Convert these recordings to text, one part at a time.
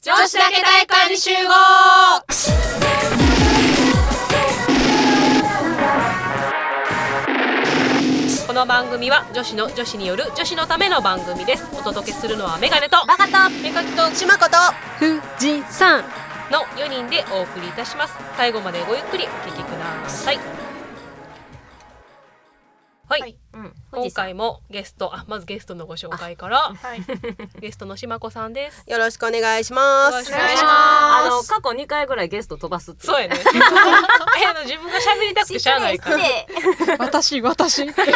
子だけ体育館に集合この番組は女子の女子による女子のための番組ですお届けするのはメガネとバカとメガキとしまこと富士山の4人でお送りいたします最後までごゆっくりお聞きくださいはい、うん今回もゲストあまずゲストのご紹介からはい、ゲストのしまこさんですよろしくお願いしますお願いしあのます過去2回ぐらいゲスト飛ばすっていそうや ねえあの自分が喋りたくてしゃあないから 私私失礼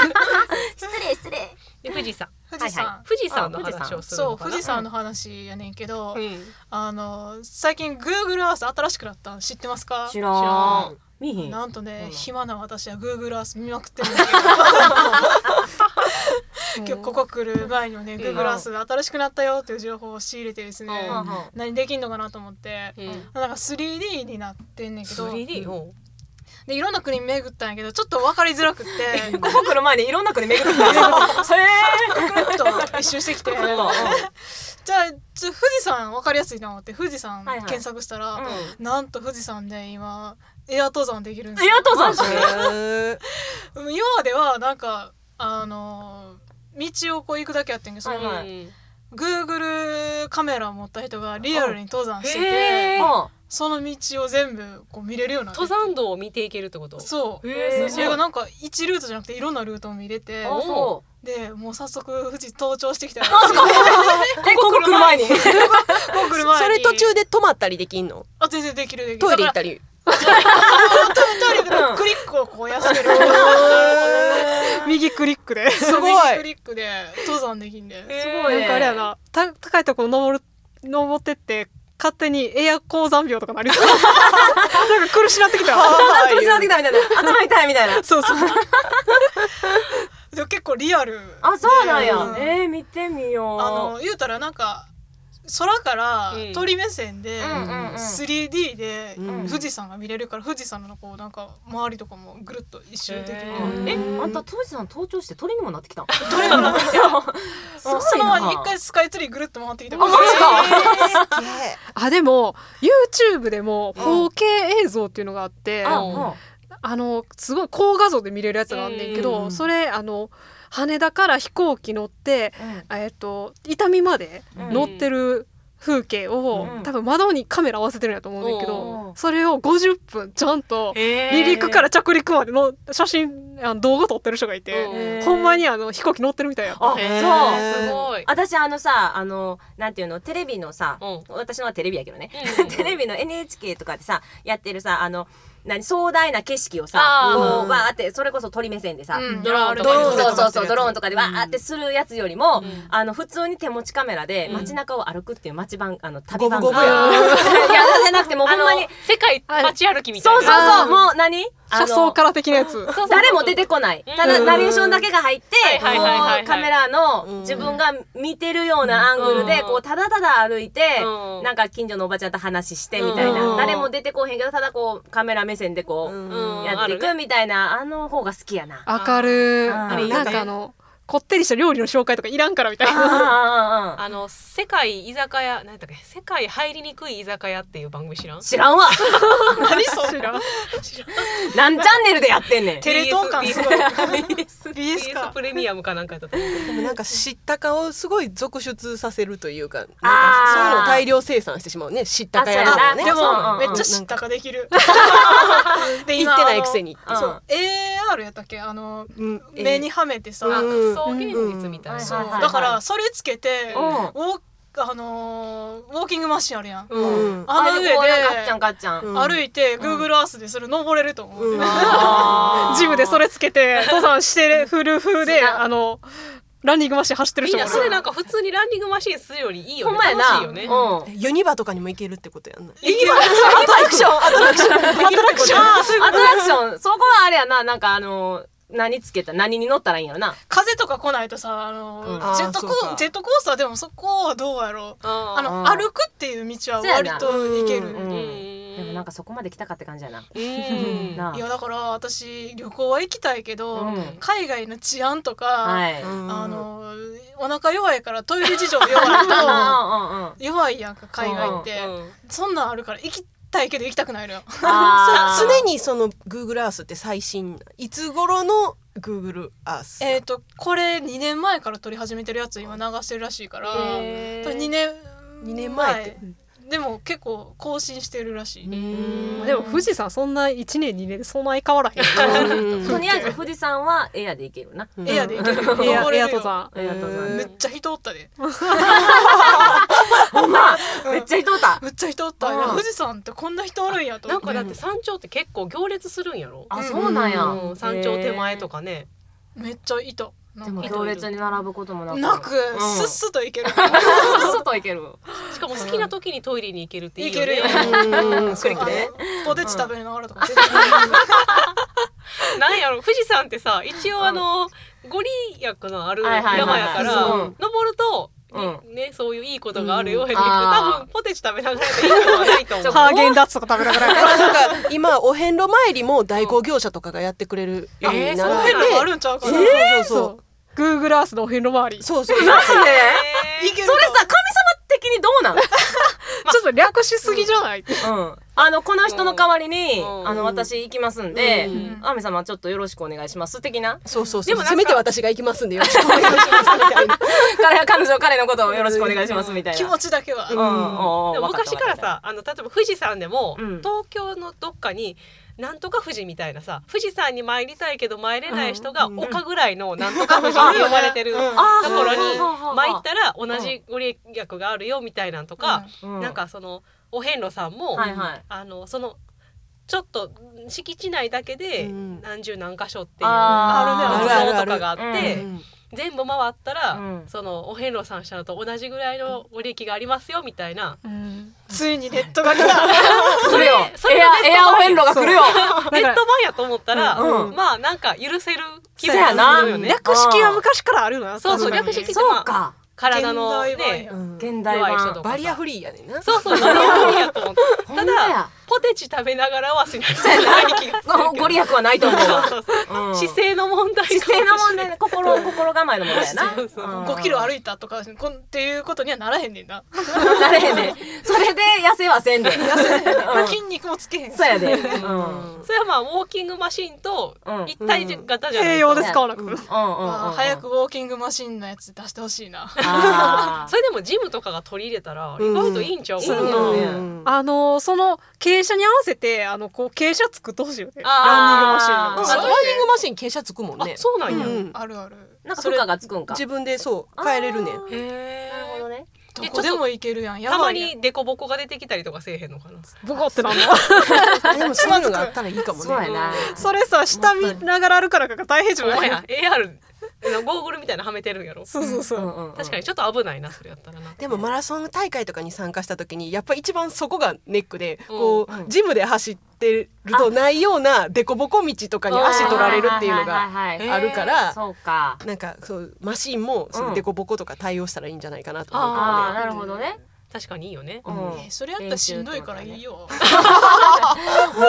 失礼で富士山富士山、は富士山のあ富士山話をするそのうかな富士山の話やねんけど、うんあの最近 Google Earth 新しくなったの知ってますか知知ららん見ひんなんとねうん暇な私は Google Earth 見まくってるんだけど今日ここ来る前にもね Google Earth が新しくなったよっていう情報を仕入れてですねううん何できんのかなと思ってうんなんか 3D になってんねんけど 3D をでいろんな国巡ったんやけどちょっと分かりづらくってうんここ来る前にいろんな国巡ってたんですへぐるっと一周して きてえうじゃあちょ富士山分かりやすいなと思って富士山はいはい検索したら、んなんと富士山で今エア登山できるんですエア登山今まではなんかあのー道をこう行くだけやってんけどその、はいはい Google カメラを持った人がリアルに登山してへてーその道を全部こう見れるようになって登山道を見ていけるってことそう、へーそれがなんか1ルートじゃなくていろんなルートを見れてあそでもう早速富士登頂してきたら うえここ来る前にここ来る前にそれ途中で止まったりできんのあ全然できるできるトイレ行っだたりからトイレうのんクリックをこうやってる右クリックですすごいクリックで登山できんで、ごいねなんかあれやなた高いとこ登る登ってって勝手にエア高山病とかな りそうなんか苦しなってきた苦しなってきたみたいな頭痛いみたいなそうそうでも結構リアルあそうなんやでえー見てみようあの言うたらなんか空からうん鳥目線で、うんうんうん 3D でうん富士山が見れるから、富士山のこうなんか周りとかもぐるっと一周できる、へえうんあんた富士山登頂して鳥にもなってきた鳥もなんかいやすそごそいのな前に一回スカイツリーぐるっと回ってきたあマジかあでも YouTube でも 4K 映像っていうのがあって、あうんうんあのすごい高画像で見れるやつがあんねんけど、うんそれあの羽田から飛行機乗って、えっと伊丹まで乗ってる風景を、うん多分窓にカメラ合わせてるんやと思うねんだけど、うんそれを50分ちゃんと離離陸から着陸までの写真あの動画撮ってる人がいて、へほんまにあの飛行機乗ってるみたいやあへそうーすごい私あのさあのなんていうのテレビのさ、うん私のはテレビやけどね、うん テレビの NHK とかでさやってるさあの何壮大な景色をあさーこうわーってそれこそ鳥目線でさ、うんドローンとドかにローン撮そうっそうそうドローンとかでわうんーってするやつよりも、うんあの普通に手持ちカメラでうん街中を歩くっていう街番あの旅番五分五 い分ややじゃなくてもうほあんまにの世界街歩きみたいそうなそうあそうーもう何あ車の窓から的なやつ。そうそうそう誰も出てこない。うんただナレーションだけが入って、こはいはいはいはいうカメラの自分が見てるようなアングルで、うんこうただただ歩いて、うんなんか近所のおばちゃんと話してみたいうんな。誰も出てこへんけど、ただこうカメラ目線でこう、うんやっていあくるみたいな、あの方が好きやな。明るい。あーあれいいなんかあのこってりした料理の紹介とかいらんからみたいな。あーあーあーああの世界居酒屋なんだっけ世界入りにくい居酒屋っていう番組知ら んー知ら んわ何それ何チャンネルでやってんね んテレ東感すごい BS BS かプレミアムかなんかやったと思うでもなんか知ったかをすごい続出させるというかなんかあーそういうのを大量生産してしまうね知ったかやあらそうやなねでそううんうもんめっちゃ知ったかできるで行ってないくせにうんそう AR やったっけあのうん目にはめてさ、うん仮想現実みたいなそう、はいはいはいだからそれつけて、うんウォーあのーウォーキングマシンあるやん、うんあのれ上ででこうなんかガッチャンガッチャン。うん歩いて Google Earth でそれ登れると思う、うんあージムでそれつけて登山してるフルフルであのランニングマシン走ってるみん人もないるそれなんか普通にランニングマシンするよりいいよほんねまや楽しな。いうよん。ねユニバとかにも行けるってことやんなアトラクション、アトラクション、アトラクション、 アトラクション、そこはあれやな、なんかあの、何つけた、何に乗ったらいいんやろな。風とか来ないとさあのー、うんあージェットコそうかージェットコースターでもそこはどうやろうああのあー歩くっていう道は割と行ける、うんうんでももなんかそこまで来たかって感じやな。うんないやだから私旅行は行きたいけあ。ど、うん。海外の治安とか、はい。あのお腹弱いからトイレ事情 弱いうんうんうん。と弱いやんか海外って、うんそんなんあるから行きたいけど行きたくないのよ。あーさ常にその Google Earth って最新いつ頃の Google Earth えっ、とこれ2年前から撮り始めてるやつ今流してるらしいから、へー多分2年2年前って、でも結構更新してるらしい。うんでも富士山そんな1年2年でそんな相変わらへんからとりあえず富士山はエアで行けるな。うんエアで行けるよ。エア 登れエアるよ登山ありがとうございめ まっちゃ人おったで。す。ほんま めっちゃ人おった。めっちゃ人おった。あーいや富士山ってこんな人おるんやとな思っんかて。だって山頂って結構行列するんやろあ、そうなんやう。ん山頂手前とかねめっちゃいた。なでんもか行列に並ぶこともなく。なくうんスッスと 行ける。すっと行ける。しかも好きな時にトイレに行けるっていい行よけるねよ。うんそうあのねポテチ食べながらとか全然行ける。なんやろ 富士山ってさ一応あのご利益のあるはい山はいやはかいらうん登るとうねそういういいことがあるようやねんけうんどあー多分ポテチ食べながらやったらいいことはないと 思うハーゲンダッツとか食べながらやからなんか今お遍路参りも代行業者とかがやってくれるように そなのって変なのあるんちゃうかな。そうそそう Google Earth のお遍路周りうちそうそうそうマジでえーいけるそとれさ、神様的にどうなんょっと略しすぎじゃないうん、あのこの人の代わりに、うんあの私行きますんで、うんアミ様ちょっとよろしくお願いします的なそうそうでもなんかせめて私が行きますんでよろしくお願いしますみたいな彼彼女彼のことをよろしくお願いしますみたいな。気持ちだけは。うんうんうんでもわった昔からさあの例えば富士山でも、うん東京のどっかになんとか富士みたいなさ富士山に参りたいけど参れない人がうん丘ぐらいのなんとか富士って呼ばれてるうとんこあーろにはあはあはあ参ったら同じご利益があるよみたいなんとか、わったなん、かそのお遍路さんうも、んはいはい、あのそのちょっと敷地内だけでうん何十何箇所っていうあ仏ー像とかがあってあるあるある全部回ったら、うんそのお遍路さんしたのと同じぐらいのご利益がありますよみたいな。ついにネットが来た。来るよそれエアエアお遍路が来るよネット版やと思ったら、うんまあなんか許せる気そやなよね。略式は昔からあるのよそうそう確か略に式って、そうまあ、か体の現代版ねやうん現代弱い人版とかバリアさフリーやねんなそうそうバリアフリーやと思ったほたんまやだポテチ食べながらはしない気がするごご利益はないと思うわそうそうそううん姿勢の問題姿勢の問題ね心心構えの問題やなそうそううん5キロ歩いたとかこんっていうことにはならへんねんな、なれへんねそれで痩せはせんで痩せまあ筋肉もつけへんしそうやで。うん。うんうんそれはまあウォーキングマシンとうん一体型じゃな併い用と、で使わなくまあうん。早く。ウォーキングマシンのやつ出してほしいなあそれでもジムとかが取り入れたら意外といいんちゃうかな、うんいいよねうんあのーその傾斜に合わせてあのこう傾斜作ってほしいよねあーあそうランニングマシン傾斜つくもんあねそうなんや、うんあるあるなんか負荷がつくんか。自分でそう変えれるねんあーへなるほどね。どこでも行けるやんやたまばいやんにデコボコが出てきたりとかせえへんのかなボコってなんのでもそういうのがあったらいいかもそうやねな。それさ下見ながら歩かなきゃ大変じゃおない や AR のゴーグルみたいなのはめてるんやろそうそうそう、確かに。ちょっと危ないなそれやったらなでもマラソン大会とかに参加した時にやっぱ一番そこがネックでうんこうジムで走ってるとないようなデコボコ道とかに足取られるっていうのががあるからそうか。なんかそうマシンもそうのんデコボコとか対応したらいいんじゃないかなと思うああ、かなるほどね。確かにいいよねうんえーそれやったらしんどいからいいよ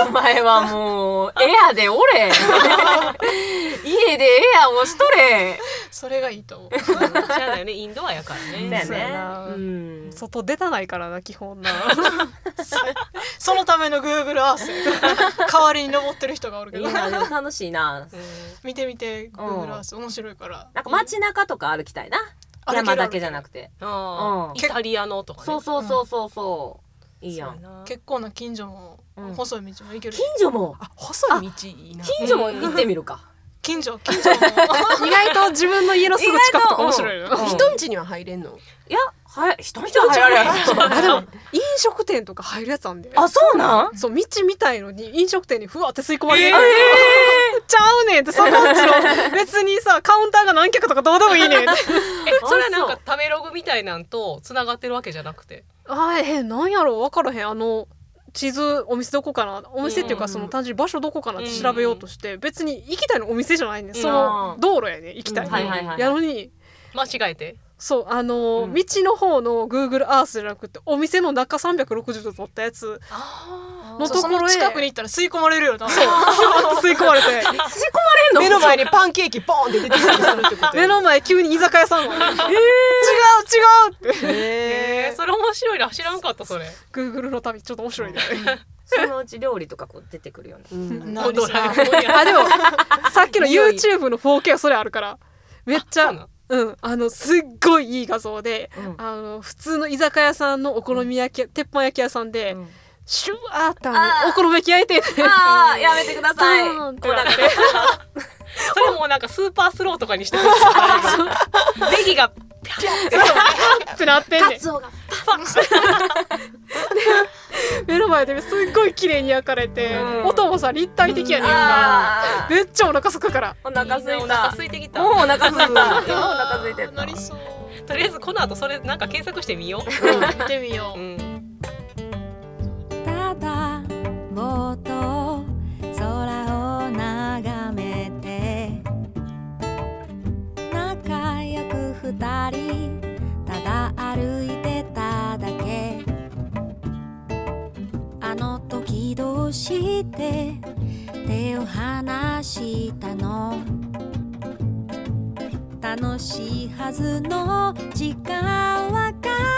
お前はもう、エアでおれ。家でエアをしとれ。それがいいと思う知らないよねインドアやからそねうやそうやなね。うん。外出たないからな基本な そのための Google Earth 代わりに登ってる人がおるけいいどな、でも楽しいな。見てみて Google Earth 面白いからなんか街中とか歩きたいな。歩ける山だけじゃなくて。あうんーイタリアのとかねそうそうそうそうそう。いいやん。結構な近所もうん細い道も行ける近所もらねあ細い道いいな近所も行ってみるか。近所近所 も意外と自分の家のすぐ近くとか面白いよ意外とうんな人んちには入れんのいや、はい、人には入られへん。あでも飲食店とか入るやつあんで あ、そうなん。そう道みたいのに飲食店にふわって吸い込まれて、えーちゃうねんってそこんちの別にさカウンターが何客とかどうでもいいねんってえそれはなんか食べログみたいなんとつながってるわけじゃなくてあーえーなんやろう分からへんあの地図お店どこかなお店ってうんうんいううかんその単純に場所どこかなって調べようとして、別に行きたいのお店じゃないねんうんその道路やねん行きたい、うんはいはいはい。やのに間違えてそうあのー、うん道の方の Google Earth じゃなくてお店の中360度撮ったやつあのそうそとこのろへ近くに行ったら吸い込まれるよな吸い込まれての目の前にパンケーキボーンって出てきたりするってこと 目の前急に居酒屋さんが違う違うってえー、それ面白いな知らんかったそれ Google の旅ちょっと面白いねそのうち料理とかこう出てくるような。 なんでさあでも さっきの YouTube の 4K はそれあるからめっちあゃそうなのうんあのすっごいいい画像で、うんあの普通の居酒屋さんのお好み焼き、鉄板焼き屋さんで、うんシュワーってあのお好み焼き焼いててああ、やめてくだバさい。ーンってほら それもなんかスーパースローとかにしてほしいネギがピャッてってなってんねんツオが。目の前ですっごい綺麗に焼かれて、うん音もさ立体的やねんか、ああ、めっちゃお腹空くからお腹すおい腹た。空いてきたもうお腹すいた。 今お腹すいてな た。りそうとりあえずこの後それなんか検索してみよ見てみよう、ううんただぼーっと空を眺めて仲良く二人ただ歩いてただけあの時どうして手を離したの楽しいはずの時間は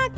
過